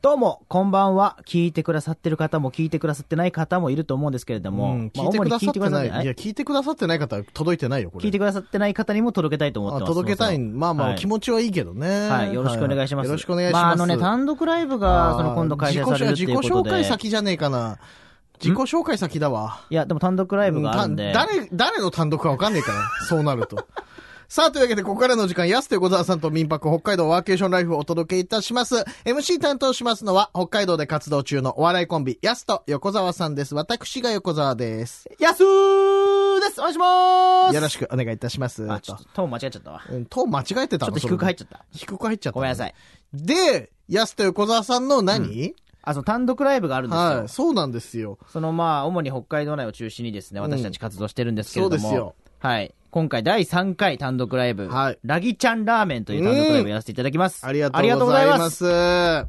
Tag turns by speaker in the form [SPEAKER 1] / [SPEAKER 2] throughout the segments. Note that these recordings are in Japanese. [SPEAKER 1] どうも、こんばんは。聞いてくださってる方も聞いてくださってない方もいると思うんですけれども、
[SPEAKER 2] うん
[SPEAKER 1] まあ
[SPEAKER 2] 聞いてくださって
[SPEAKER 1] 主に聞
[SPEAKER 2] ない。
[SPEAKER 1] いてくださってない
[SPEAKER 2] いや、聞いてくださってない方は届いてないよ、これ。
[SPEAKER 1] 聞いてくださってない方にも届けたいと思って
[SPEAKER 2] あ
[SPEAKER 1] ます。
[SPEAKER 2] 届けたい。
[SPEAKER 1] そもそも
[SPEAKER 2] まあまあ、
[SPEAKER 1] はい
[SPEAKER 2] 気持ちはいいけどね。
[SPEAKER 1] はい、よろしくお願いします。
[SPEAKER 2] はよろしくお願いします。
[SPEAKER 1] まあ、あのね、単独ライブが、その今度開催されるっていう
[SPEAKER 2] 自己
[SPEAKER 1] こと
[SPEAKER 2] 紹
[SPEAKER 1] で。
[SPEAKER 2] 介先じゃねえかな。自己紹介先だわ。
[SPEAKER 1] いや、でも単独ライブがあるん
[SPEAKER 2] う
[SPEAKER 1] で。
[SPEAKER 2] んた誰、誰の単独かわかんねえから、そうなると。 さあ、というわけで、ここからの時間、安手小沢さんと民泊北海道ワーケーションライフをお届けいたします。MC 担当しますのは、北海道で活動中のお笑いコンビ、安と横沢さんです。私が横沢です。
[SPEAKER 1] やすーですお願いしまーす
[SPEAKER 2] よろし
[SPEAKER 1] く。
[SPEAKER 2] くお願いいたします。
[SPEAKER 1] あ、ちょっと、トーン間違えちゃったわ。ち
[SPEAKER 2] うん、と間違えてた
[SPEAKER 1] ょっ
[SPEAKER 2] の
[SPEAKER 1] と低く入っちゃった。
[SPEAKER 2] それ低く入っちゃった。
[SPEAKER 1] ごめんなさい。。
[SPEAKER 2] で、安と横沢さんの何、
[SPEAKER 1] あ、その単独ライブがあるんですよ。
[SPEAKER 2] はい、そうなんですよ。
[SPEAKER 1] そのまあ、主に北海道内を中心にですね、
[SPEAKER 2] うん
[SPEAKER 1] 私たち活動してるんですけれども。
[SPEAKER 2] そうですよ
[SPEAKER 1] はい。今回第3回単独ライブ、
[SPEAKER 2] はい
[SPEAKER 1] ラギちゃんラーメンという単独ライブをやらせていただきます。
[SPEAKER 2] ありがとうございま。
[SPEAKER 1] ありがとうございま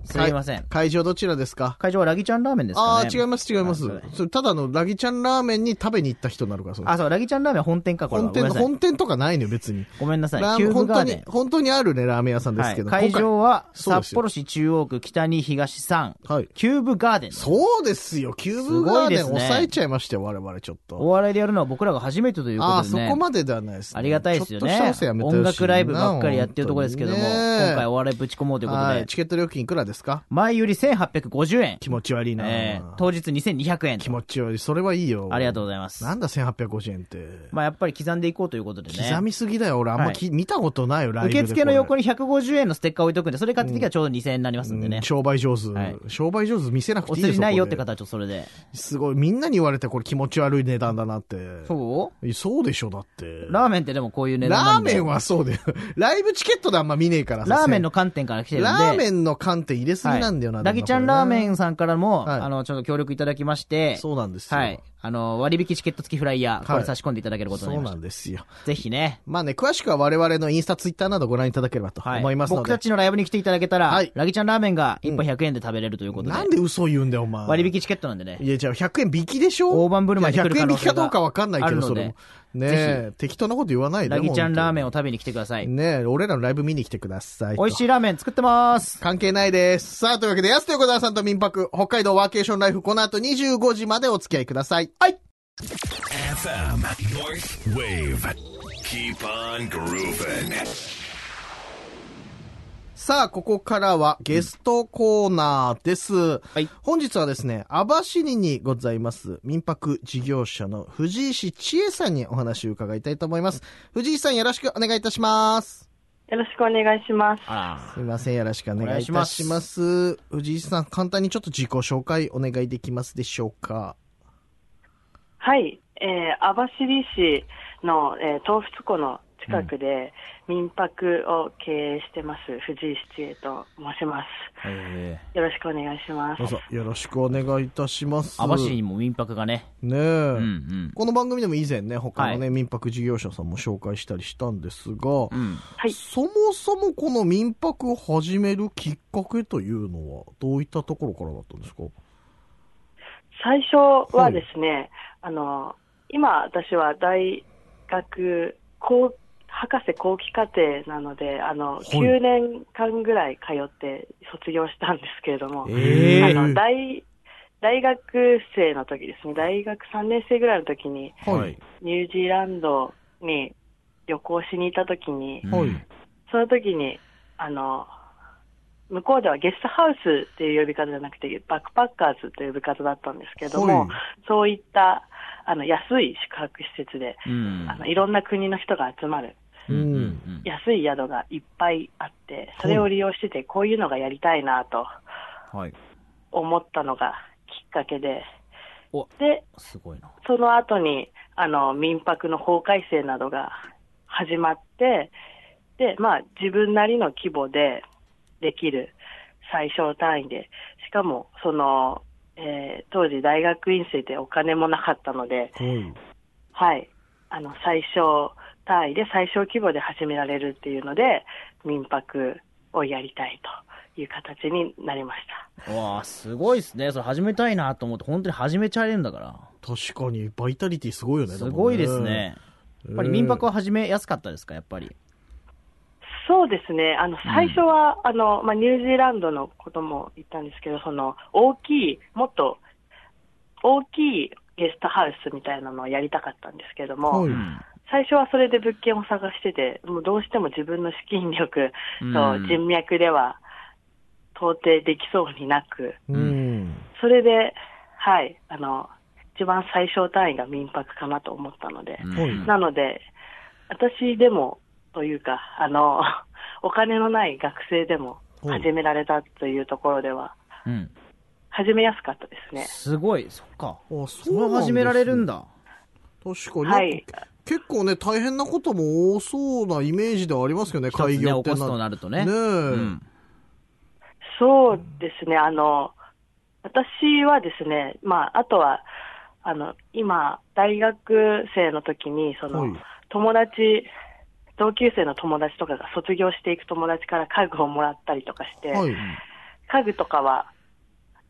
[SPEAKER 1] すすいません
[SPEAKER 2] か会場どちらですか
[SPEAKER 1] 会場はラギちゃんラーメンです
[SPEAKER 2] あ
[SPEAKER 1] か
[SPEAKER 2] あ
[SPEAKER 1] ね。
[SPEAKER 2] ー、違います、違います
[SPEAKER 1] あそうだ。
[SPEAKER 2] それただのラギちゃんラーメンに食べに行った人になるから、その
[SPEAKER 1] あ、そう、ラギちゃんラーメンは本店か、これは。
[SPEAKER 2] 本
[SPEAKER 1] ごめん
[SPEAKER 2] 店、
[SPEAKER 1] なさい。
[SPEAKER 2] 本店とかないのよ、別に。
[SPEAKER 1] ごめんなさ
[SPEAKER 2] ラ
[SPEAKER 1] い。
[SPEAKER 2] ー
[SPEAKER 1] キ
[SPEAKER 2] メ
[SPEAKER 1] ュー
[SPEAKER 2] ン
[SPEAKER 1] ブ
[SPEAKER 2] 本当
[SPEAKER 1] ガー
[SPEAKER 2] に
[SPEAKER 1] デ、
[SPEAKER 2] 本当にあるね、ラーメン屋さんですけ
[SPEAKER 1] ン。
[SPEAKER 2] ど。
[SPEAKER 1] はい、会場は
[SPEAKER 2] そうで
[SPEAKER 1] 札
[SPEAKER 2] すよ
[SPEAKER 1] 幌市中央区北に東3、
[SPEAKER 2] 今回はい。
[SPEAKER 1] キューブガーデン。
[SPEAKER 2] そうですよ、キューブガーデン
[SPEAKER 1] すごいですね
[SPEAKER 2] 抑えちゃいましたよ、我々ちょっと。
[SPEAKER 1] お笑いでやるのは僕らが初めてというこ
[SPEAKER 2] あ
[SPEAKER 1] と
[SPEAKER 2] あ、
[SPEAKER 1] で
[SPEAKER 2] そ
[SPEAKER 1] ね。
[SPEAKER 2] こまでではないです、
[SPEAKER 1] ありがたいですよ
[SPEAKER 2] ちょっとした
[SPEAKER 1] ね
[SPEAKER 2] お世話や。めてほしい
[SPEAKER 1] 音
[SPEAKER 2] な
[SPEAKER 1] 楽ライブばっかりやってるところですけども、
[SPEAKER 2] 本当にね
[SPEAKER 1] 今回お笑いぶち込もうということ
[SPEAKER 2] は
[SPEAKER 1] で
[SPEAKER 2] い、チケット料金いくらですか
[SPEAKER 1] 前より1850円。
[SPEAKER 2] 気持ち悪いな、
[SPEAKER 1] えー当日2200円
[SPEAKER 2] 気持ち悪い、それはいいよ。
[SPEAKER 1] ありがとう
[SPEAKER 2] う
[SPEAKER 1] ございます。
[SPEAKER 2] なんだ、1850円って。
[SPEAKER 1] まあやっぱり刻んでいこうということでね。
[SPEAKER 2] 刻みすぎだよ、俺あんまき、見たことないよ、ライブでこ
[SPEAKER 1] 受
[SPEAKER 2] れ。
[SPEAKER 1] 付の横に150円のステッカー置いとくんで、それ買ってきたらちょうど2000円になりますんで
[SPEAKER 2] う
[SPEAKER 1] ね
[SPEAKER 2] ん。商売上手、
[SPEAKER 1] はい
[SPEAKER 2] 商売上手見せなく
[SPEAKER 1] お
[SPEAKER 2] ていい
[SPEAKER 1] 釣
[SPEAKER 2] よ
[SPEAKER 1] りないよって
[SPEAKER 2] そこ
[SPEAKER 1] 方はちょっとそれで。
[SPEAKER 2] ですごいみんなに言われてこれ気持ち悪い値段だなって
[SPEAKER 1] そ
[SPEAKER 2] いやそうでしょだって
[SPEAKER 1] うラーメンってでもこういう値段
[SPEAKER 2] ラ
[SPEAKER 1] な
[SPEAKER 2] ー
[SPEAKER 1] ん
[SPEAKER 2] メ
[SPEAKER 1] で。
[SPEAKER 2] ンはそうだよライブチケットであんま見ねえからさ
[SPEAKER 1] ラーメンの観点から来てるんで。
[SPEAKER 2] ラーメンの観点入れすぎなんだよな、
[SPEAKER 1] はい
[SPEAKER 2] で
[SPEAKER 1] ラ
[SPEAKER 2] も
[SPEAKER 1] ギちゃんラーメ
[SPEAKER 2] こ
[SPEAKER 1] ンさんからも、
[SPEAKER 2] はい
[SPEAKER 1] あの、ちょっと協力いただきまして、
[SPEAKER 2] れねそうなんですよ、
[SPEAKER 1] はい。あの、割引チケット付きフライヤー、こ
[SPEAKER 2] は
[SPEAKER 1] れ
[SPEAKER 2] い
[SPEAKER 1] 差し込んでいただけることになり
[SPEAKER 2] そう
[SPEAKER 1] ま
[SPEAKER 2] な
[SPEAKER 1] し
[SPEAKER 2] んですよ
[SPEAKER 1] た。ぜひね。
[SPEAKER 2] まあね詳しくは我々のインスタツイッターなどご覧いただければと
[SPEAKER 1] はい。
[SPEAKER 2] 思いますの
[SPEAKER 1] 僕
[SPEAKER 2] で、
[SPEAKER 1] たちのライブに来ていただけたら
[SPEAKER 2] はい、
[SPEAKER 1] ラギちゃんラーメンが1本100円で食べれるということで
[SPEAKER 2] な。んで嘘言うんだよお前
[SPEAKER 1] 割引チケットなんでね。
[SPEAKER 2] いやじゃあ100円引きでしょ
[SPEAKER 1] 大盤振る舞いで来る
[SPEAKER 2] 100
[SPEAKER 1] 可
[SPEAKER 2] 円
[SPEAKER 1] 能
[SPEAKER 2] 引
[SPEAKER 1] 性
[SPEAKER 2] き
[SPEAKER 1] が
[SPEAKER 2] かどうかわかんないけ
[SPEAKER 1] ある
[SPEAKER 2] ど
[SPEAKER 1] ので
[SPEAKER 2] それもねえ適当なこと言わないで
[SPEAKER 1] ラギちゃんラーメ
[SPEAKER 2] ン
[SPEAKER 1] ンを食べに来てください。
[SPEAKER 2] ねえ俺らのライブ見に来てください
[SPEAKER 1] 美味しいラーメン作ってます。
[SPEAKER 2] 関係ないです。さあ、というわけで、安と横澤さんと民泊、北海道ワーケーションライフ、この後25時までお付き合いください。
[SPEAKER 1] はい。
[SPEAKER 3] FM North Wave. Keep on grooving.
[SPEAKER 2] さあ、ここからはゲストコーナーです。
[SPEAKER 1] い
[SPEAKER 2] 本日はですね、網走にございます、民泊事業者の藤石千恵さんにお話を伺いたいと思います。藤石さん、よろしくお願いいたします。
[SPEAKER 4] よろしくお願いします。
[SPEAKER 1] あ
[SPEAKER 2] すいません、よろしくお願いいたします。
[SPEAKER 1] お願い
[SPEAKER 2] 藤石さん、簡単にちょっと自己紹介お願いできますでしょうか。
[SPEAKER 4] はい、えー、網走市の、えー、東仏湖の近くで、民泊を経営してます、藤井七恵と申しま
[SPEAKER 1] ら。
[SPEAKER 4] す。
[SPEAKER 1] え
[SPEAKER 4] よろしくお願いします
[SPEAKER 2] どう。ぞ、よろしくお願いいたします。
[SPEAKER 1] ー網走にも民泊がね。
[SPEAKER 2] ねえ。
[SPEAKER 1] うんうん。
[SPEAKER 2] この番組でも以前ね、他のね、
[SPEAKER 1] は
[SPEAKER 2] 民泊事業者さんも紹介したりしたんですが、
[SPEAKER 1] うん。
[SPEAKER 4] はい、
[SPEAKER 2] そもそもこの民泊を始めるきっかけというのは、どういったところからだったんですか
[SPEAKER 4] 最初はですね、あの、今私は大学工博士後期課程なので、あの、
[SPEAKER 2] い
[SPEAKER 4] 9年間ぐらい通って卒業したんですけれども、
[SPEAKER 1] え
[SPEAKER 4] あ
[SPEAKER 1] ー
[SPEAKER 4] の大大学生の時ですね、大学3年生ぐらいの時に、
[SPEAKER 2] はい。
[SPEAKER 4] ニュージーランドに旅行しに行った時に、
[SPEAKER 1] うん
[SPEAKER 2] はい。
[SPEAKER 4] その時に、あの、向こうではゲストハウスっていう呼び方じゃなくて、バックパッカーズという呼び方だったんですけども、
[SPEAKER 2] はい
[SPEAKER 4] そういったあの安い宿泊施設で、
[SPEAKER 1] うん
[SPEAKER 4] あのいろんな国の人が集まる
[SPEAKER 1] うんうんうん
[SPEAKER 4] 安い宿がいっぱいあって、それを利用してて、こういうのがやりたいなと
[SPEAKER 1] はい。
[SPEAKER 4] 思ったのがきっかけで
[SPEAKER 1] お、
[SPEAKER 4] で、
[SPEAKER 1] すごいな。
[SPEAKER 4] その後にあの民泊の法改正などが始まって、でまあ、自分なりの規模でできる最小単位で、しかもその、えー当時、大学院生でお金もなかったので、
[SPEAKER 2] はい。
[SPEAKER 4] はい、あの最小単位で最小規模で始められるっていうので、民泊をやりたいという形になりました。
[SPEAKER 1] うわあすごいっすね。それ始めたいなと思って、本当に始めちゃえるんだから。
[SPEAKER 2] 確かに、バイタリティすごいよね。
[SPEAKER 1] すごいですね。
[SPEAKER 2] で
[SPEAKER 1] やっ
[SPEAKER 2] も
[SPEAKER 1] ぱ
[SPEAKER 2] ね。
[SPEAKER 1] り民泊
[SPEAKER 2] は、
[SPEAKER 1] は始めやすかったですか、やっぱり。
[SPEAKER 4] そうですね、あの最初は、あのまあ、ニュージーランドのことも言ったんですけど、その大きい、もっと大きいゲストハウスみたいなのをやりたかったんですけども、
[SPEAKER 2] はい
[SPEAKER 4] 最初はそれで物件を探してて、もうどうしても自分の資金力と人脈では到底できそうになく、
[SPEAKER 2] うん。
[SPEAKER 4] それで、はい、あの一番最小単位が民泊かなと思ったので。
[SPEAKER 2] うん
[SPEAKER 4] なので、私でもというか、あの お金のない学生でも
[SPEAKER 2] はい
[SPEAKER 4] 始められたというところでは、
[SPEAKER 1] うん。
[SPEAKER 4] 始めやすかったですね。
[SPEAKER 1] すごい、そっか。
[SPEAKER 2] あ、
[SPEAKER 1] その始められるん
[SPEAKER 2] だ。
[SPEAKER 1] だ。
[SPEAKER 2] 確かに。
[SPEAKER 4] はい
[SPEAKER 2] 結構ね、大変なことも多そうなイメージではありますよね、
[SPEAKER 1] 一つね
[SPEAKER 2] 開業って
[SPEAKER 1] 起こすとなるとね
[SPEAKER 2] ねえ
[SPEAKER 1] うん。
[SPEAKER 4] そうですね、あの私はですね、まあ、あとはあの今、大学生の時にその、
[SPEAKER 2] はい
[SPEAKER 4] 友達、同級生の友達とかが卒業していく友達から家具をもらったりとかして、
[SPEAKER 2] はい。
[SPEAKER 4] 家具とかは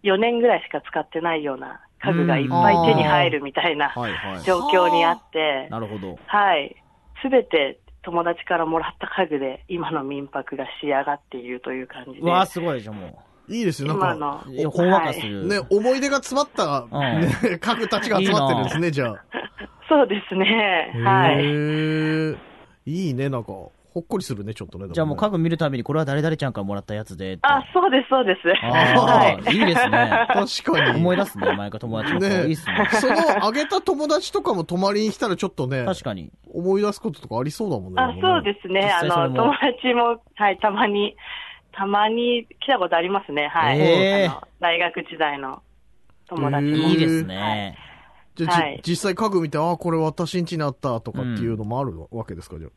[SPEAKER 4] 4年ぐらいしか使ってないような家具がいっぱい手に入るみたいな
[SPEAKER 1] はいは
[SPEAKER 4] 状況にあって
[SPEAKER 1] い。、なるほど。
[SPEAKER 4] はい。すべて友達からもらった家具で今の民泊が仕上がっているという感じで
[SPEAKER 1] う、わあ、すごいじゃん、も
[SPEAKER 2] いいですよ、な
[SPEAKER 4] 今
[SPEAKER 2] んか。
[SPEAKER 4] の
[SPEAKER 1] う。いや、ほんわかす
[SPEAKER 4] はい
[SPEAKER 1] る。
[SPEAKER 2] ね、思い出が詰まった、
[SPEAKER 1] うん
[SPEAKER 2] ね、家具たちが集まってるんですね、じゃ
[SPEAKER 4] そうですね。
[SPEAKER 2] あ。
[SPEAKER 4] はい。
[SPEAKER 2] へえ。いいね、なんか、ほっこりするね、ちょっとね。
[SPEAKER 1] じゃあもう家具見るたびに、これは誰々ちゃんからもらったやつでって。
[SPEAKER 4] あ、そうです、そうです。は
[SPEAKER 1] あ
[SPEAKER 4] い。
[SPEAKER 1] ー、いいですね。
[SPEAKER 2] 確かに。
[SPEAKER 1] 思い出すね、前から友達の子。
[SPEAKER 2] ね
[SPEAKER 1] いいっすね。
[SPEAKER 2] その、あげた友達とかも泊まりに来たらちょっとね、
[SPEAKER 1] 確かに。
[SPEAKER 2] 思い出すこととかありそうだもんね。
[SPEAKER 4] あ、そうですね。あ
[SPEAKER 1] 実際それ
[SPEAKER 4] の、
[SPEAKER 1] も
[SPEAKER 4] 友達も、はい、たまに、たまに来たことありますね。はい。
[SPEAKER 1] えー
[SPEAKER 4] あの大学時代の友達も。
[SPEAKER 1] いいですね。
[SPEAKER 2] じゃあ、
[SPEAKER 4] はい
[SPEAKER 2] じ実際家具見て、あ、これ私ん家にあったとかっていうのもあるわけですか、じゃ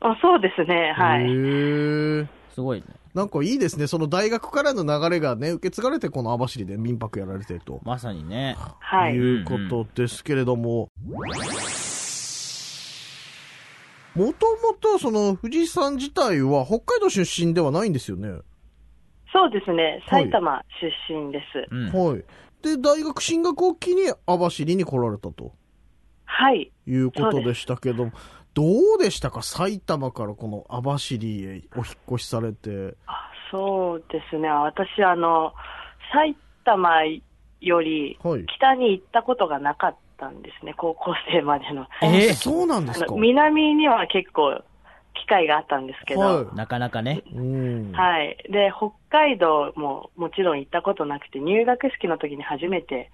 [SPEAKER 4] あそうですね。
[SPEAKER 2] あ。
[SPEAKER 4] は
[SPEAKER 2] へ
[SPEAKER 4] い。
[SPEAKER 2] ー
[SPEAKER 1] すごいね。
[SPEAKER 2] なんかいいですね。その大学からの流れがね、受け継がれて、この網走で民泊やられてると。
[SPEAKER 1] まさにね。
[SPEAKER 4] はいい。
[SPEAKER 2] うことですけれども。もともと、その、藤井さん自体は、北海道出身ではないんですよね。
[SPEAKER 4] そうですね。
[SPEAKER 2] はい
[SPEAKER 4] 埼玉出身です。
[SPEAKER 1] うん。
[SPEAKER 2] はい。で、大学進学を機に網走に来られたと
[SPEAKER 4] はい。
[SPEAKER 2] いうことでしたけども、どうでしたか埼玉からこの網走へお引っ越しされて。
[SPEAKER 4] あそうですね。私、あの、埼玉より
[SPEAKER 2] はい
[SPEAKER 4] 北に行ったことがなかったんですね。高校生までの。
[SPEAKER 1] え
[SPEAKER 2] あ
[SPEAKER 1] ー
[SPEAKER 2] そうなんです
[SPEAKER 4] あ
[SPEAKER 2] か
[SPEAKER 4] の南には結構機会があったんですけど、
[SPEAKER 2] は
[SPEAKER 4] はいい。
[SPEAKER 1] なかなかね。
[SPEAKER 2] うん。
[SPEAKER 4] で、北海道ももちろん行ったことなくて、入学式の時に初めて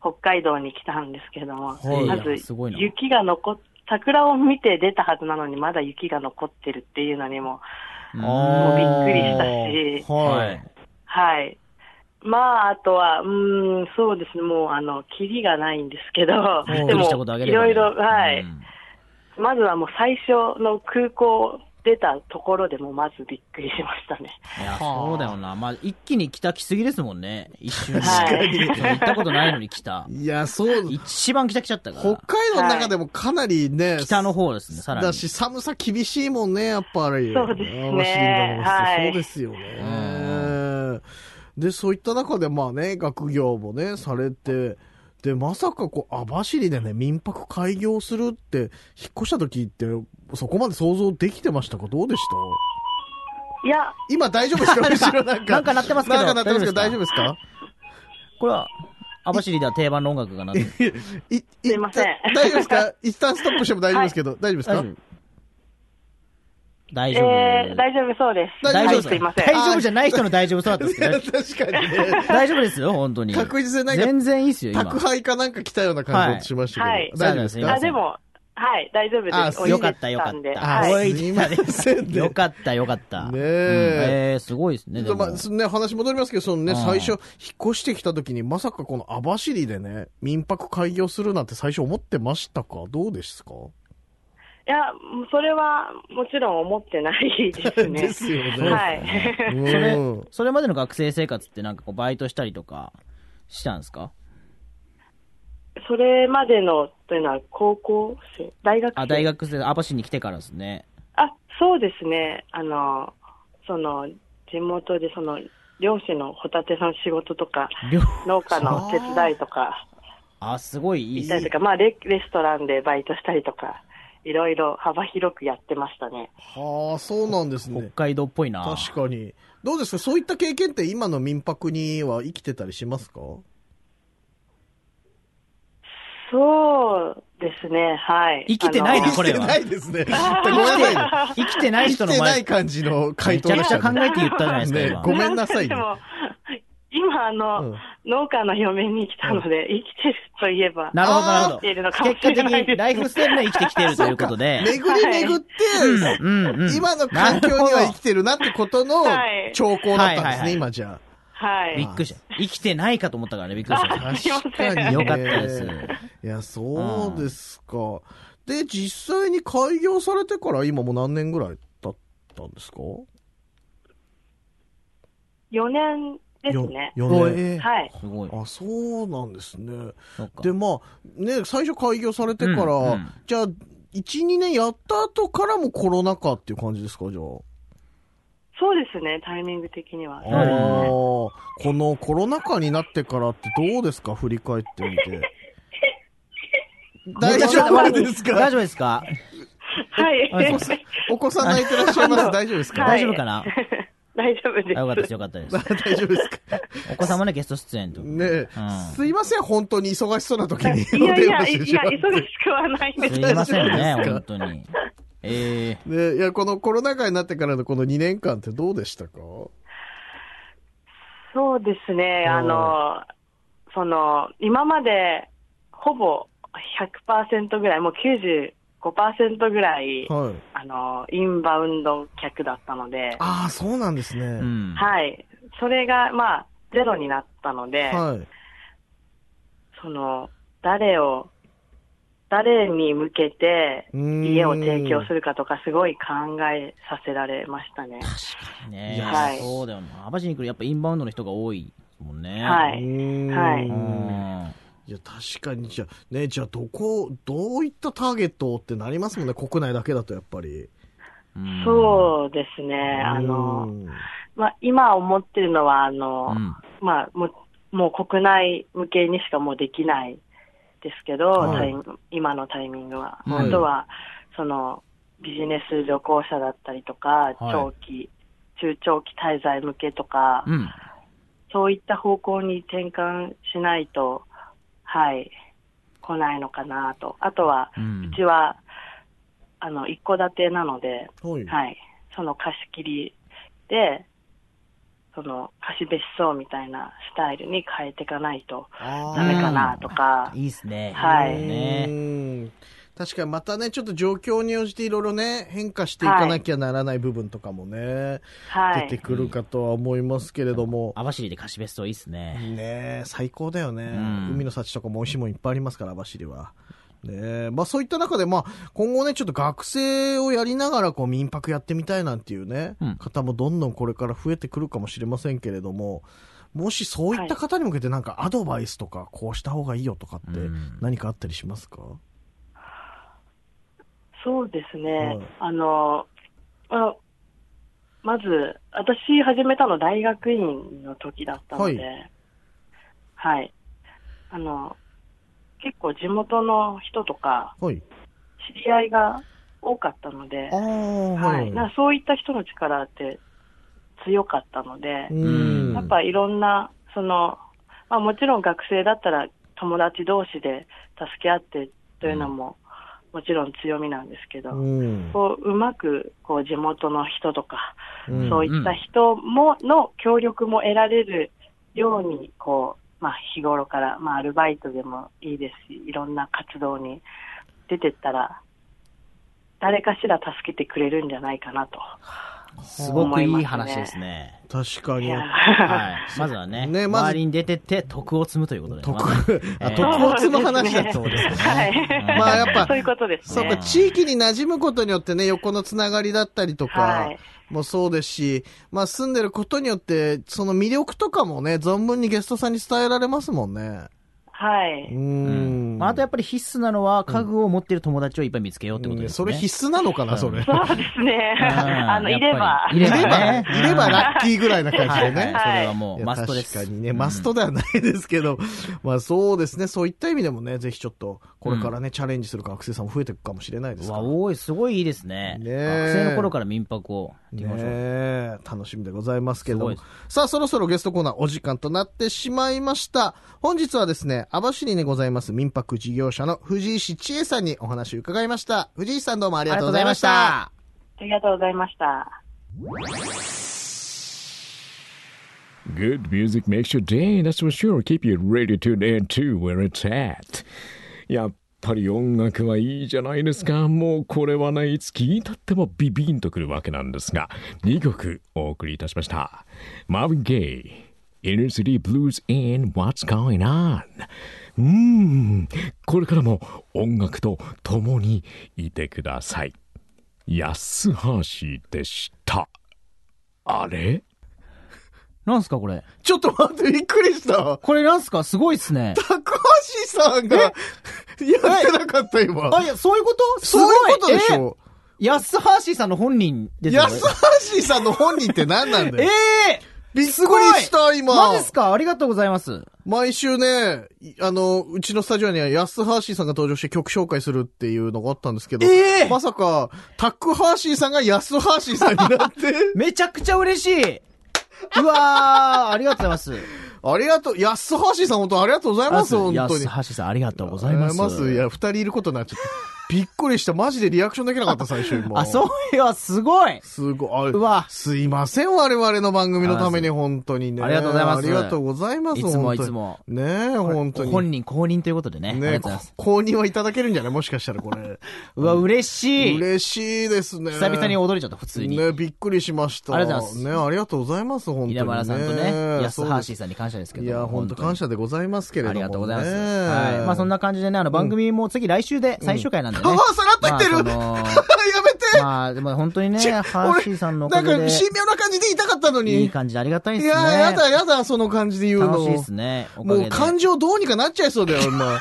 [SPEAKER 4] 北海道に来たんですけれども、
[SPEAKER 2] はい
[SPEAKER 4] ま
[SPEAKER 1] いや
[SPEAKER 4] ず
[SPEAKER 1] すごいな
[SPEAKER 4] 雪が残っ桜を見て出たはずなのにまだ雪が残ってるっていうのにも
[SPEAKER 1] うん
[SPEAKER 2] あー
[SPEAKER 4] びっくりしたし
[SPEAKER 2] はい。。
[SPEAKER 4] はい。まあ、あとは、うーん、そうですね、もう、あの、キリがないんですけど、
[SPEAKER 1] びっ
[SPEAKER 4] で
[SPEAKER 1] くり
[SPEAKER 4] も
[SPEAKER 1] したことあ、げ
[SPEAKER 4] い
[SPEAKER 1] れば
[SPEAKER 4] ろ
[SPEAKER 1] ね
[SPEAKER 4] いろ、はい、
[SPEAKER 1] うん
[SPEAKER 4] まずはもう最初の空港出たところでも、まずびっくりしましたね。
[SPEAKER 1] いや、そうだよな。まあ、一気に北来すぎですもんね。一瞬。
[SPEAKER 4] 確か
[SPEAKER 1] に。行ったことないのに北。
[SPEAKER 2] いや、そう、
[SPEAKER 1] 一番北来ちゃったか
[SPEAKER 2] 北
[SPEAKER 1] ら。
[SPEAKER 2] 海道の中でもかなりね、
[SPEAKER 1] 北の方ですね、さらに。
[SPEAKER 2] だし、寒さ厳しいもんね、やっぱり。
[SPEAKER 4] そうですね
[SPEAKER 2] 網走の方
[SPEAKER 4] はい
[SPEAKER 2] そうですよね。で、そういった中で、まあね、学業もね、されて、で、まさかこう、網走でね、民泊開業するって、引っ越した時って、そこまで想像できてましたかどうでした
[SPEAKER 4] いや、
[SPEAKER 2] 今大丈夫ですか後ろなんか。
[SPEAKER 1] なんか鳴ってますけど
[SPEAKER 2] なんか鳴ってますけど、大
[SPEAKER 1] 大
[SPEAKER 2] 丈
[SPEAKER 1] 丈
[SPEAKER 2] 夫
[SPEAKER 1] 夫
[SPEAKER 2] ですか
[SPEAKER 1] これは、網走では定番の音楽がなってる。
[SPEAKER 2] い、
[SPEAKER 4] すいません
[SPEAKER 2] 一旦大丈夫ですか一旦ストップしても大丈夫ですけど、大丈夫ですか
[SPEAKER 1] 大丈夫大丈夫。
[SPEAKER 4] えー、大丈夫そうで
[SPEAKER 2] 大
[SPEAKER 4] す。
[SPEAKER 2] 丈夫
[SPEAKER 4] はい
[SPEAKER 2] です
[SPEAKER 4] すいません。
[SPEAKER 1] 大丈夫じゃない人の大丈夫そうだったんです
[SPEAKER 2] い
[SPEAKER 1] けど
[SPEAKER 2] や、 確かにね。
[SPEAKER 1] 大丈夫ですよ、本当に。
[SPEAKER 2] 確実になんか
[SPEAKER 1] 全然いいですよ、今。
[SPEAKER 2] 宅配かなんか来たような感じしましたけど、
[SPEAKER 4] はい
[SPEAKER 2] 大丈夫です
[SPEAKER 1] は
[SPEAKER 2] か
[SPEAKER 1] い
[SPEAKER 4] あ、でも、はい、大丈夫で
[SPEAKER 2] あ
[SPEAKER 4] す。
[SPEAKER 2] す
[SPEAKER 4] お
[SPEAKER 1] よ
[SPEAKER 4] 湯
[SPEAKER 1] か
[SPEAKER 4] で
[SPEAKER 1] った、よかっ
[SPEAKER 4] んで
[SPEAKER 1] た。
[SPEAKER 2] あ
[SPEAKER 4] はい。
[SPEAKER 1] おい
[SPEAKER 2] すいませんね
[SPEAKER 1] よかった、よかった。
[SPEAKER 2] ねえ
[SPEAKER 1] うんえーすごいですね、で
[SPEAKER 2] で
[SPEAKER 1] も
[SPEAKER 2] まあ、。そのね、話戻りますけど、そのね、
[SPEAKER 1] うん
[SPEAKER 2] 最初、引っ越してきた時に、まさかこの網走でね、民泊開業するなんて最初思ってましたかどうですか
[SPEAKER 4] いや、それはもちろん思ってないですね。
[SPEAKER 2] ですよね
[SPEAKER 4] はい。
[SPEAKER 2] うん
[SPEAKER 1] それ、それまでの学生生活ってなんかこうバイトしたりとかしたんですか
[SPEAKER 4] それまでのというのは高校生、大学生。
[SPEAKER 1] あ、大学生、網走に来てからですね。
[SPEAKER 4] あ、そうですね。あの、その、地元でその、漁師のホタテの仕事とか、
[SPEAKER 1] りょ
[SPEAKER 4] 農家の手伝いとか、
[SPEAKER 1] あ、すごいいい
[SPEAKER 4] 行
[SPEAKER 1] っ
[SPEAKER 4] っ
[SPEAKER 1] す
[SPEAKER 4] たり
[SPEAKER 1] ね
[SPEAKER 4] とか、まあレ、レストランでバイトしたりとか、いろいろ幅広くやってましたね。
[SPEAKER 2] はあ、そうなんです
[SPEAKER 1] 北
[SPEAKER 2] ね。
[SPEAKER 1] 海道っぽいな。
[SPEAKER 2] 確かに。どうですかそういった経験って今の民泊には生きてたりしますか
[SPEAKER 4] そうですね、はい。
[SPEAKER 1] 生きてない
[SPEAKER 4] あ
[SPEAKER 1] ね
[SPEAKER 4] の
[SPEAKER 1] これは
[SPEAKER 2] 生きてないです ね。ごめんなさいね。
[SPEAKER 1] 生きてない
[SPEAKER 2] 生き
[SPEAKER 1] 人の
[SPEAKER 2] てな
[SPEAKER 1] 前
[SPEAKER 2] い、感じの回
[SPEAKER 1] め
[SPEAKER 2] 答
[SPEAKER 1] ちゃ
[SPEAKER 2] で
[SPEAKER 1] く
[SPEAKER 2] し
[SPEAKER 1] ちゃ
[SPEAKER 2] た
[SPEAKER 1] 考
[SPEAKER 2] ね。
[SPEAKER 1] えて言ったじゃないですか、
[SPEAKER 2] ね
[SPEAKER 1] 今。
[SPEAKER 2] ごめんなさ いね
[SPEAKER 4] でも、今、あの、
[SPEAKER 2] うん
[SPEAKER 4] 農家の嫁に来たので、生きてるといえば、
[SPEAKER 1] なるほど、なる
[SPEAKER 4] 生きているの
[SPEAKER 1] ほ
[SPEAKER 4] か
[SPEAKER 1] ど。
[SPEAKER 4] も
[SPEAKER 1] 結
[SPEAKER 4] し
[SPEAKER 1] 果
[SPEAKER 4] れ
[SPEAKER 1] 的
[SPEAKER 4] ないです、ね。
[SPEAKER 1] にライフスタイルで生きてきているということで。
[SPEAKER 2] 巡り巡って、
[SPEAKER 1] うん、うん。
[SPEAKER 2] 今の環境には生きてるなってことの
[SPEAKER 4] はい
[SPEAKER 2] 兆候だった
[SPEAKER 1] はい
[SPEAKER 2] んです
[SPEAKER 1] はいは
[SPEAKER 2] ね、
[SPEAKER 1] い
[SPEAKER 2] 今じゃ
[SPEAKER 4] はい。
[SPEAKER 1] びっくりした。生きてないかと思ったからね、びっくりし
[SPEAKER 2] あ。
[SPEAKER 1] た。
[SPEAKER 4] あすいません
[SPEAKER 2] ね
[SPEAKER 1] よかったです
[SPEAKER 2] いや、そうですか。で、実際に開業されてから今もう何年ぐらい経ったんですか
[SPEAKER 4] 4年ですね。
[SPEAKER 2] 4年。
[SPEAKER 4] はい。
[SPEAKER 1] すごい。
[SPEAKER 2] あ、そうなんですね。
[SPEAKER 1] そっか
[SPEAKER 2] で、まあ、ね、最初開業されてから、
[SPEAKER 1] うんうん
[SPEAKER 2] じゃあ、1、2年やった後からもコロナ禍っていう感じですか、じゃあ。
[SPEAKER 4] そうですね、タイミング的には。
[SPEAKER 2] ああ、このコロナ禍になってからってどうですか振り返ってみ て。大丈夫です
[SPEAKER 1] 大
[SPEAKER 2] か
[SPEAKER 1] 丈夫ですか
[SPEAKER 4] はい。
[SPEAKER 1] あそう
[SPEAKER 2] お子さん泣いてらっしゃいます。大丈夫ですか、
[SPEAKER 4] はい
[SPEAKER 1] 大丈夫かな
[SPEAKER 4] 大丈夫で
[SPEAKER 1] あよかったです、
[SPEAKER 4] す。
[SPEAKER 1] よかったです。
[SPEAKER 2] 大丈夫ですか
[SPEAKER 1] お子様ね、ゲスト出演と。
[SPEAKER 2] ねえ、
[SPEAKER 1] うん
[SPEAKER 2] すいません、本当に忙しそうな時に。
[SPEAKER 4] いやい
[SPEAKER 2] お電話
[SPEAKER 4] や、
[SPEAKER 2] して
[SPEAKER 4] い
[SPEAKER 2] しま
[SPEAKER 4] や、
[SPEAKER 2] って
[SPEAKER 4] 忙しくはないんですす
[SPEAKER 1] い
[SPEAKER 4] けど
[SPEAKER 1] ませ んね、
[SPEAKER 2] 大丈夫ですか
[SPEAKER 1] 本当に。ええ
[SPEAKER 2] ねいや、このコロナ禍になってからのこの2年間ってどうでしたか
[SPEAKER 4] そうですね、あの、その、今まで、ほぼ100%ぐらい、もう95%ぐらい、
[SPEAKER 2] はい。
[SPEAKER 4] あの、インバウンド客だったので、
[SPEAKER 2] ああ、そうなんですね。
[SPEAKER 1] うん。
[SPEAKER 4] はい。それが、まあ、ゼロになったので、
[SPEAKER 2] はい。
[SPEAKER 4] その、誰を、誰に向けて
[SPEAKER 2] うーん
[SPEAKER 4] 家を提供するかとか、すごい考えさせられましたね。
[SPEAKER 1] ねえ、
[SPEAKER 4] はい
[SPEAKER 1] そうだよな。網走に来るやっぱインバウンドの人が多いもんね。
[SPEAKER 4] は
[SPEAKER 2] う
[SPEAKER 4] い
[SPEAKER 2] ーん
[SPEAKER 4] はい
[SPEAKER 1] うん。
[SPEAKER 2] いや、確かに、じゃあ、ね、じゃあ、どこ、どういったターゲットってなりますもんね、国内だけだと、やっぱり。
[SPEAKER 1] うん
[SPEAKER 4] そうですね。あ
[SPEAKER 2] う
[SPEAKER 4] の、
[SPEAKER 2] ん
[SPEAKER 4] まあ、今思ってるのは、あの、
[SPEAKER 1] うん
[SPEAKER 4] まあ、もう、もう国内向けにしかもうできないですけど、
[SPEAKER 2] はい
[SPEAKER 4] タイミング今のタイミングは。
[SPEAKER 1] はい
[SPEAKER 4] あとは、その、ビジネス旅行者だったりとか、
[SPEAKER 1] はい
[SPEAKER 4] 長期、中長期滞在向けとか、
[SPEAKER 1] うん。
[SPEAKER 4] そういった方向に転換しないと、はい、来ないのかなと。あとは、
[SPEAKER 1] うん
[SPEAKER 4] うちは、あの、一戸建てなので、
[SPEAKER 2] はい。
[SPEAKER 4] はい、その貸し切りで、その貸し別荘みたいなスタイルに変えていかないと
[SPEAKER 2] あー
[SPEAKER 4] ダメかなとか、
[SPEAKER 1] いいっすね。
[SPEAKER 4] はいう
[SPEAKER 1] ね
[SPEAKER 2] ん確かにまたね、ちょっと状況に応じていろいろね、変化していかなきゃならない部分とかもね、
[SPEAKER 4] は
[SPEAKER 2] 出て
[SPEAKER 4] い、
[SPEAKER 2] くるかとは思いますけれども、
[SPEAKER 1] 網走で貸し別荘いいっすね。
[SPEAKER 2] ねえ最高だよね、
[SPEAKER 1] ん
[SPEAKER 2] 海の幸とかも美味しいもんいっぱいありますから、網走は。ねえまあそういった中で、まあ今後ね、ちょっと学生をやりながらこう民泊やってみたいなんていうね、
[SPEAKER 1] うん
[SPEAKER 2] 方もどんどんこれから増えてくるかもしれませんけれども、もしそういった方に向けてなんかアドバイスとか、こうした方がいいよとかって
[SPEAKER 1] うん
[SPEAKER 2] 何かあったりしますか、
[SPEAKER 4] そうですね、
[SPEAKER 2] はい
[SPEAKER 4] あの、あまず、私始めたの大学院の時だったので、
[SPEAKER 2] は
[SPEAKER 4] はい、あの、結構地元の人とか、
[SPEAKER 2] はい。
[SPEAKER 4] 知り合いが多かったので
[SPEAKER 2] あ、あ、
[SPEAKER 4] は、
[SPEAKER 2] はいい。
[SPEAKER 4] なんかそういった人の力って強かったので、
[SPEAKER 2] うん
[SPEAKER 4] やっぱいろんな、その、まあもちろん学生だったら友達同士で助け合ってというのも、もちろん強みなんですけど、
[SPEAKER 2] うん
[SPEAKER 4] こう、うまく、こう、地元の人とか、
[SPEAKER 2] うん
[SPEAKER 4] そういった人も、の協力も得られるように、こう、まあ、日頃から、まあ、アルバイトでもいいですし、いろんな活動に出てったら、誰かしら助けてくれるんじゃないかなと。
[SPEAKER 1] すごくいい話ですね。
[SPEAKER 2] 確かに
[SPEAKER 4] い。や
[SPEAKER 1] はい。まずはね、
[SPEAKER 2] ねまず
[SPEAKER 1] 周りに出てって徳を積むということで。
[SPEAKER 2] 徳
[SPEAKER 1] ま ず、
[SPEAKER 2] あ、
[SPEAKER 1] えー
[SPEAKER 2] 徳を積む話だった
[SPEAKER 4] そうう
[SPEAKER 2] ですね。
[SPEAKER 4] はい。
[SPEAKER 2] まあやっぱ
[SPEAKER 4] そういうことです
[SPEAKER 2] そう
[SPEAKER 4] ね
[SPEAKER 2] か、。地域に馴染むことによってね、横のつながりだったりと
[SPEAKER 4] は
[SPEAKER 2] か
[SPEAKER 4] い
[SPEAKER 2] もそうですし、まあ住んでることによって、その魅力とかもね、存分にゲストさんに伝えられますもんね。
[SPEAKER 4] は
[SPEAKER 2] うー
[SPEAKER 4] い。
[SPEAKER 2] ん。
[SPEAKER 1] まあ、あとやっぱり必須なのは、家具を持っている友達をいっぱい見つけようってこと
[SPEAKER 2] う
[SPEAKER 1] で
[SPEAKER 2] ん
[SPEAKER 1] す
[SPEAKER 2] そ
[SPEAKER 1] ね。
[SPEAKER 2] れ必須なのかな、それ。いれ
[SPEAKER 4] そうですね。
[SPEAKER 1] うん
[SPEAKER 4] あの、いれば。
[SPEAKER 1] やっぱりいれば
[SPEAKER 2] ば、
[SPEAKER 1] ね。
[SPEAKER 2] いればラッキーぐらいな感じ
[SPEAKER 1] はいは
[SPEAKER 2] で
[SPEAKER 1] い
[SPEAKER 2] ね。
[SPEAKER 1] それはも
[SPEAKER 2] いうや
[SPEAKER 1] マストです。
[SPEAKER 2] 確かにね、マストではないですけど、まあそうですね、そういった意味でもね、ぜひちょっと、これからね、チャレンジする学生さんも増えていくかもしれないです
[SPEAKER 1] う
[SPEAKER 2] から
[SPEAKER 1] わ、多い、すごいいいですね。
[SPEAKER 2] ねえ
[SPEAKER 1] 学生の頃から民泊をやっていきましょう。
[SPEAKER 2] ねえ、楽しみでございますけれど
[SPEAKER 1] すごい
[SPEAKER 2] も
[SPEAKER 1] で。
[SPEAKER 2] さあ、そろそろゲストコーナーお時間となってしまいました。本日はですね、網走にございます民泊事業者の藤井市千恵さんにお話を伺いました。藤井さんどうもありがとうございました。。
[SPEAKER 4] ありがとうございました。
[SPEAKER 5] Good music makes your day, that's for sure. Keep you ready to there too, where it's at. やっぱり音楽はいいじゃないですか。もうこれはね、いつ聴いたってもビビンとくるわけなんですが、2曲お送りいたしました。Marvin Gaye, Inner City Blues and What's Going On? うーん、これからも音楽と共にいてください。安橋でした。あれ
[SPEAKER 1] なんすか、これ。
[SPEAKER 2] ちょっと待って、びっくりした。
[SPEAKER 1] これなんすかすごいっすね。
[SPEAKER 2] 高橋さんが、やってなかった今。
[SPEAKER 1] あ、いや、そういうことす
[SPEAKER 2] そう
[SPEAKER 1] ごい
[SPEAKER 2] いうことでしょ。
[SPEAKER 1] え 安橋さんの本人ですよ
[SPEAKER 2] 安橋さんの本人って何なんだ
[SPEAKER 1] え
[SPEAKER 2] よ。
[SPEAKER 1] え
[SPEAKER 2] びっくりした今。
[SPEAKER 1] マジっすかありがとうございます。
[SPEAKER 2] 毎週ね、いあの、うちのスタジオには安ハーシーさんが登場して曲紹介するっていうのがあったんですけど、
[SPEAKER 1] ええ
[SPEAKER 2] まさか、タックハーシーさんが安ハーシーさんになって、
[SPEAKER 1] めちゃくちゃ嬉しい。うわー、ありがとうございます。
[SPEAKER 2] ありがとう、安ハーシーさん本当ありがとうございます、本当に。
[SPEAKER 1] 安橋さん、ありがとうございます。
[SPEAKER 2] ありがとうございや、二人いることになっちゃった。 びっくりした、マジでリアクションできなかった、最初今。
[SPEAKER 1] あ、そういや、すごい。
[SPEAKER 2] すごい。あ
[SPEAKER 1] うわ
[SPEAKER 2] すいません、我々の番組のために、本当にね。
[SPEAKER 1] ありがとうございます
[SPEAKER 2] ありがとうございま
[SPEAKER 1] い
[SPEAKER 2] す、
[SPEAKER 1] つも
[SPEAKER 2] 本当に
[SPEAKER 1] いつも
[SPEAKER 2] ねえ、本当に。
[SPEAKER 1] 本人公認ということでね。ありがと
[SPEAKER 2] ね
[SPEAKER 1] うございます。
[SPEAKER 2] 公認はいただけるんじゃないもしかしたらこれ。
[SPEAKER 1] うわ、嬉しい。
[SPEAKER 2] 嬉しいですね。
[SPEAKER 1] 久々に踊れちゃった、普通に。
[SPEAKER 2] ね、びっくりしました。
[SPEAKER 1] ありがとうございます
[SPEAKER 2] ね、ありがとうございます、本当に、ね。
[SPEAKER 1] 稲村さんとね、安
[SPEAKER 2] そうで
[SPEAKER 1] 橋
[SPEAKER 2] す
[SPEAKER 1] さんに感謝ですけど。
[SPEAKER 2] いや、本当感謝でございますけれど
[SPEAKER 1] あ
[SPEAKER 2] も、ね。
[SPEAKER 1] りがとうございます。はい。まあそんな感じでね、あの番組も次来週で最終回なんでね。
[SPEAKER 2] ああ、下がってきてる、
[SPEAKER 1] まあ
[SPEAKER 2] や
[SPEAKER 1] その
[SPEAKER 2] めて、
[SPEAKER 1] まあ、でも本当にね、
[SPEAKER 2] ち
[SPEAKER 1] ハーシーさんのお
[SPEAKER 2] な
[SPEAKER 1] か
[SPEAKER 2] ん
[SPEAKER 1] げ
[SPEAKER 2] か
[SPEAKER 1] で、
[SPEAKER 2] 神妙な感じで言いたかったのに。
[SPEAKER 1] いい感じでありがたい
[SPEAKER 2] い
[SPEAKER 1] ですね。
[SPEAKER 2] や、やだやだ、その感じで言うの。
[SPEAKER 1] 楽しいですね。おかげ
[SPEAKER 2] も
[SPEAKER 1] で。
[SPEAKER 2] う感情どうにかなっちゃいそうだよ、 今。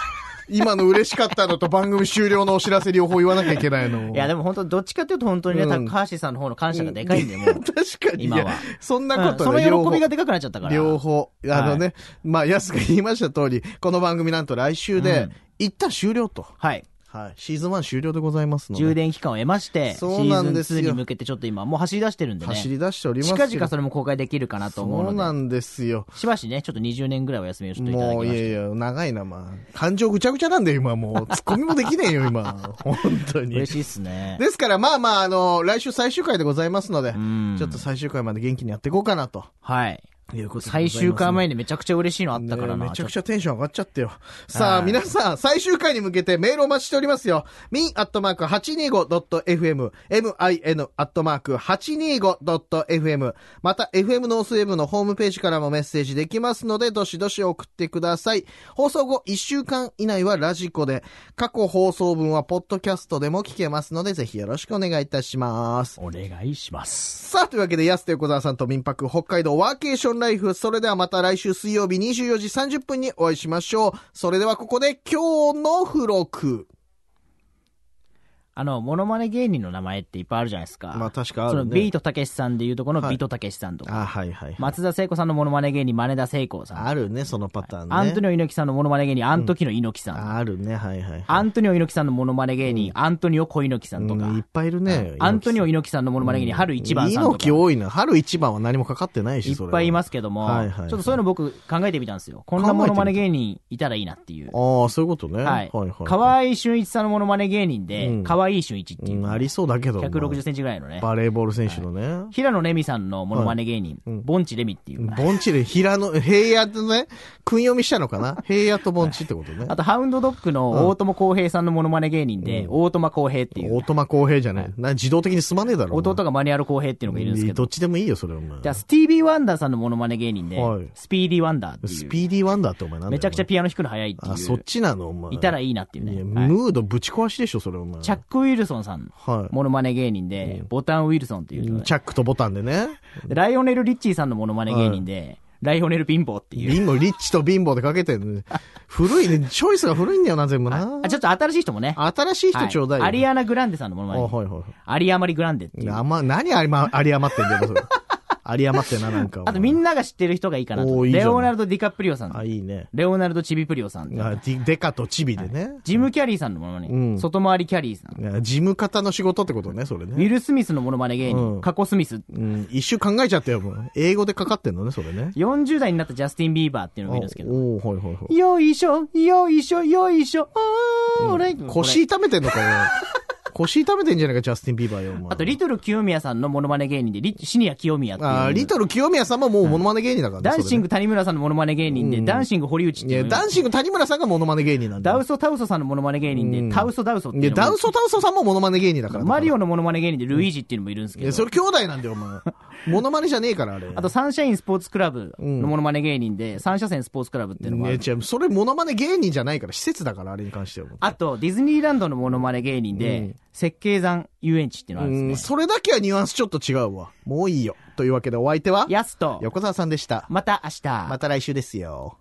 [SPEAKER 2] 今の嬉しかったのと番組終了のお知らせ両方言わなきゃいけないの。
[SPEAKER 1] いや、でも本当、どっちかというと本当にね、
[SPEAKER 2] う
[SPEAKER 1] 高
[SPEAKER 2] ん
[SPEAKER 1] 橋さんの方の 感謝がでかいんで、もう。
[SPEAKER 2] 確かに。
[SPEAKER 1] 今はい
[SPEAKER 2] やそんな
[SPEAKER 1] う
[SPEAKER 2] こ
[SPEAKER 1] ん
[SPEAKER 2] と
[SPEAKER 1] その
[SPEAKER 2] 両方
[SPEAKER 1] 喜びがでかくなっちゃったから。
[SPEAKER 2] 両方。あのね、
[SPEAKER 1] は
[SPEAKER 2] まあ、安が言いました通り、この番組なんと来週で、
[SPEAKER 1] うん
[SPEAKER 2] 一旦終了と。
[SPEAKER 1] はい。
[SPEAKER 2] はい。シーズン1終了でございますので。
[SPEAKER 1] 充電期間を得まして、シ
[SPEAKER 2] そうなん
[SPEAKER 1] ー
[SPEAKER 2] です
[SPEAKER 1] ズ
[SPEAKER 2] よ
[SPEAKER 1] ン2に向けてちょっと今、もう走り出してるんでね。
[SPEAKER 2] 走り出しておりますけど
[SPEAKER 1] 近々それも公開できるかなと思う
[SPEAKER 2] そうな
[SPEAKER 1] ので。
[SPEAKER 2] んですよ。
[SPEAKER 1] しばしね、ちょっと20年ぐらいお休みをちょっといただき
[SPEAKER 2] も
[SPEAKER 1] ま
[SPEAKER 2] う、いや
[SPEAKER 1] し
[SPEAKER 2] いや、長いな、まあ。感情ぐちゃぐちゃなんだよ、今もう。ツッコミもできねえよ、今。 本当
[SPEAKER 1] て。
[SPEAKER 2] に。
[SPEAKER 1] 嬉しいっすね。
[SPEAKER 2] ですから、まあまあ、あの、来週最終回でございますので、
[SPEAKER 1] ん
[SPEAKER 2] ちょっと最終回まで元気にやっていこうかなと。
[SPEAKER 1] はい。
[SPEAKER 2] いうことでござ
[SPEAKER 1] 最
[SPEAKER 2] います
[SPEAKER 1] 終回前にめちゃくちゃ嬉しいのあったから
[SPEAKER 2] ね
[SPEAKER 1] な。
[SPEAKER 2] えめちゃく
[SPEAKER 1] ち
[SPEAKER 2] ちゃテンション上がっちゃってよ。さ
[SPEAKER 1] は
[SPEAKER 2] あ、
[SPEAKER 1] い
[SPEAKER 2] 皆さん、最終回に向けてメールお待ちしておりますよ。min.825.fm、min.825.fm、また FM ノースウェブのホームページからもメッセージできますので、どしどし送ってください。放送後1週間以内はラジコで、過去放送分はポッドキャストでも聞けますので、ぜひよろしくお願いいたします。
[SPEAKER 1] お願いします。
[SPEAKER 2] さあ、というわけで、安手横沢さんと民泊北海道ワーケーションライフ。それではまた来週水曜日24時30分にお会いしましょう。それではここで今日の付録。
[SPEAKER 1] あの、モノマネ芸人の名前っていっぱいあるじゃないですか。
[SPEAKER 2] まあ確かあるね
[SPEAKER 1] その、ビートたけしさんでいうとこのビートたけしさんとか、
[SPEAKER 2] あ、はいはい。
[SPEAKER 1] 松田聖子さんのモノマネ芸人、真根田聖子さんとか、
[SPEAKER 2] あるね、そのパターンね。
[SPEAKER 1] アントニオ猪木さんのモノマネ芸人、アントキの猪木さんとか、
[SPEAKER 2] あるね、はいはい。
[SPEAKER 1] アントニオ猪木さんのモノマネ芸人、アントニオ小猪木さんと
[SPEAKER 2] う
[SPEAKER 1] か
[SPEAKER 2] んいっ、ぱいいるね。
[SPEAKER 1] アントニオ
[SPEAKER 2] 猪
[SPEAKER 1] 猪木さんのモノマネ芸人、春
[SPEAKER 2] 木
[SPEAKER 1] 一
[SPEAKER 2] さん
[SPEAKER 1] 番さんと
[SPEAKER 2] 猪木
[SPEAKER 1] か、
[SPEAKER 2] 多いな。春一番は何もかかってないし、
[SPEAKER 1] いっ
[SPEAKER 2] それは
[SPEAKER 1] ぱいいますけども、
[SPEAKER 2] はい
[SPEAKER 1] ち
[SPEAKER 2] はいは
[SPEAKER 1] ょ
[SPEAKER 2] い
[SPEAKER 1] っとそういうの僕考えてみたんですよ。こんなモノマネ芸人いたらいいなっていう。
[SPEAKER 2] ああ、そういうことね。
[SPEAKER 1] はい
[SPEAKER 2] はいは。い。
[SPEAKER 1] 河合俊一さんのモノマネ芸人
[SPEAKER 2] う
[SPEAKER 1] で
[SPEAKER 2] ん、
[SPEAKER 1] 河合俊一っていうう。
[SPEAKER 2] んありそうだけど。
[SPEAKER 1] 160センチぐらいのね。
[SPEAKER 2] バレーボール選手のね。
[SPEAKER 1] 平野レミさんのモノマネ芸人、ボンチレミっていう。
[SPEAKER 2] 盆地で平野、平野とね、訓読みしたのかな平野と盆地ってことね
[SPEAKER 1] あ。と、ハウンドドッグの大友康平さんのモノマネ芸人で、大友康平っていう
[SPEAKER 2] 大。友康平じゃない。な自動的にすまねえだろ。お前
[SPEAKER 1] 弟がマニュアル康平っていうのがいるんですけ
[SPEAKER 2] ど
[SPEAKER 1] ど
[SPEAKER 2] っ。ちでもいいよ、それお前
[SPEAKER 1] で。スティービー・ワンダーさんのモノマネ芸人で
[SPEAKER 2] はい、
[SPEAKER 1] スピーディー・ワンダーって
[SPEAKER 2] ス
[SPEAKER 1] いう。
[SPEAKER 2] ピーディーワンダーってお前なんだよ
[SPEAKER 1] めちゃくちゃピアノ弾くの早いって
[SPEAKER 2] お前あ、そ
[SPEAKER 1] い
[SPEAKER 2] っ
[SPEAKER 1] う。
[SPEAKER 2] ちなのお前。
[SPEAKER 1] いたら
[SPEAKER 2] い
[SPEAKER 1] いいなっていう
[SPEAKER 2] や
[SPEAKER 1] ね。はい
[SPEAKER 2] ムードぶち壊しでしょ、それお前。
[SPEAKER 1] チャック・ウィルソンさん、
[SPEAKER 2] はい
[SPEAKER 1] モノマネ芸人で、ボタン・ウィルソンっていう。
[SPEAKER 2] チャックとボタンでね。
[SPEAKER 1] でライオネル・リッチーさんのモノマネ芸人で、ライオネル・ビンボーっていう。
[SPEAKER 2] 貧乏、リッチと貧乏でかけてるね。古いね。チョイスが古いんだよな、全部な
[SPEAKER 1] あ、。ちょっと新しい人もね。
[SPEAKER 2] 新しい人ちょうだいよ。
[SPEAKER 1] はいアリアナ・グランデさんのもの
[SPEAKER 2] あ
[SPEAKER 1] ま
[SPEAKER 2] はい
[SPEAKER 1] ね。
[SPEAKER 2] はいは
[SPEAKER 1] アリアマリ・グランデってい
[SPEAKER 2] い。
[SPEAKER 1] う。
[SPEAKER 2] あんま、何ありま、あり余ってんだよ、それ。あり余ってんな、なんか。
[SPEAKER 1] あとみんなが知ってる人がいいかなと。
[SPEAKER 2] おーいいじゃ
[SPEAKER 1] レ
[SPEAKER 2] ない
[SPEAKER 1] オナルド・ディカプリオさんと
[SPEAKER 2] あ、いいね。
[SPEAKER 1] レオナルド・チビプリオさんと
[SPEAKER 2] あディデカとチビでね。
[SPEAKER 1] ジム・キャリーさんのものまね、
[SPEAKER 2] うん
[SPEAKER 1] 外回りキャリーさん、
[SPEAKER 2] あ事務方の仕事ってことね、それ
[SPEAKER 1] ウィ
[SPEAKER 2] ね。
[SPEAKER 1] ル・スミスのものまね芸人、
[SPEAKER 2] うん
[SPEAKER 1] カコ・スミス。
[SPEAKER 2] うん、一周考えちゃったよ、もう。英語でかかってんのね、それね。
[SPEAKER 1] 40代になったジャスティン・ビーバーっていうのもいるんですけど。
[SPEAKER 2] おおーはいはいはい。
[SPEAKER 1] よいしょ、よいしょ、よいしょ、おー、俺、
[SPEAKER 2] 腰
[SPEAKER 1] こ
[SPEAKER 2] 痛めてんのかよ。腰痛めてんじゃないか、ジャスティン・ビーバーよ、お前
[SPEAKER 1] れあと、リトル清宮さんのモノマネ芸人で、リシニア清宮っていう。
[SPEAKER 2] あーリトル清宮さんももうモノマネ芸人だからね。
[SPEAKER 1] ダンシン
[SPEAKER 2] グ。
[SPEAKER 1] グ谷村さんのモノマネ芸人で、ダンシング堀内ってい
[SPEAKER 2] い
[SPEAKER 1] う
[SPEAKER 2] や、
[SPEAKER 1] のが。
[SPEAKER 2] ダンシング谷村さんがモノマネ芸人なんだ
[SPEAKER 1] ダ
[SPEAKER 2] よ。
[SPEAKER 1] ウソタウソさんのモノマネ芸人で、タウソダウソっていう
[SPEAKER 2] い
[SPEAKER 1] の
[SPEAKER 2] や、
[SPEAKER 1] も
[SPEAKER 2] ダウソタウソさんもモノマネ芸人だから。
[SPEAKER 1] マリ
[SPEAKER 2] オ。
[SPEAKER 1] オのモノマネ芸人でルイージっていうのもいるんです
[SPEAKER 2] い
[SPEAKER 1] け
[SPEAKER 2] や、
[SPEAKER 1] ど。
[SPEAKER 2] それ兄弟なんだよ、お 前。モノマネじゃねえから、あれ。
[SPEAKER 1] あと、サンシャインスポーツクラブのモノマネ芸人で、三車線スポーツクラブっていうのもあ
[SPEAKER 2] い
[SPEAKER 1] る
[SPEAKER 2] や、違う、それモノマネ芸人じゃないから、施設だから、あれに関しては。
[SPEAKER 1] あと、ディズニーランドのモノマネ芸人で、設計山遊園地っていうのがあ
[SPEAKER 2] う
[SPEAKER 1] るんで
[SPEAKER 2] ん、
[SPEAKER 1] すね。
[SPEAKER 2] それだけはニュアンスちょっと違うわ。もういいよ。というわけで、お相手は、
[SPEAKER 1] ヤスと、
[SPEAKER 2] 横澤さんでした。
[SPEAKER 1] また明日。
[SPEAKER 2] また来週ですよ。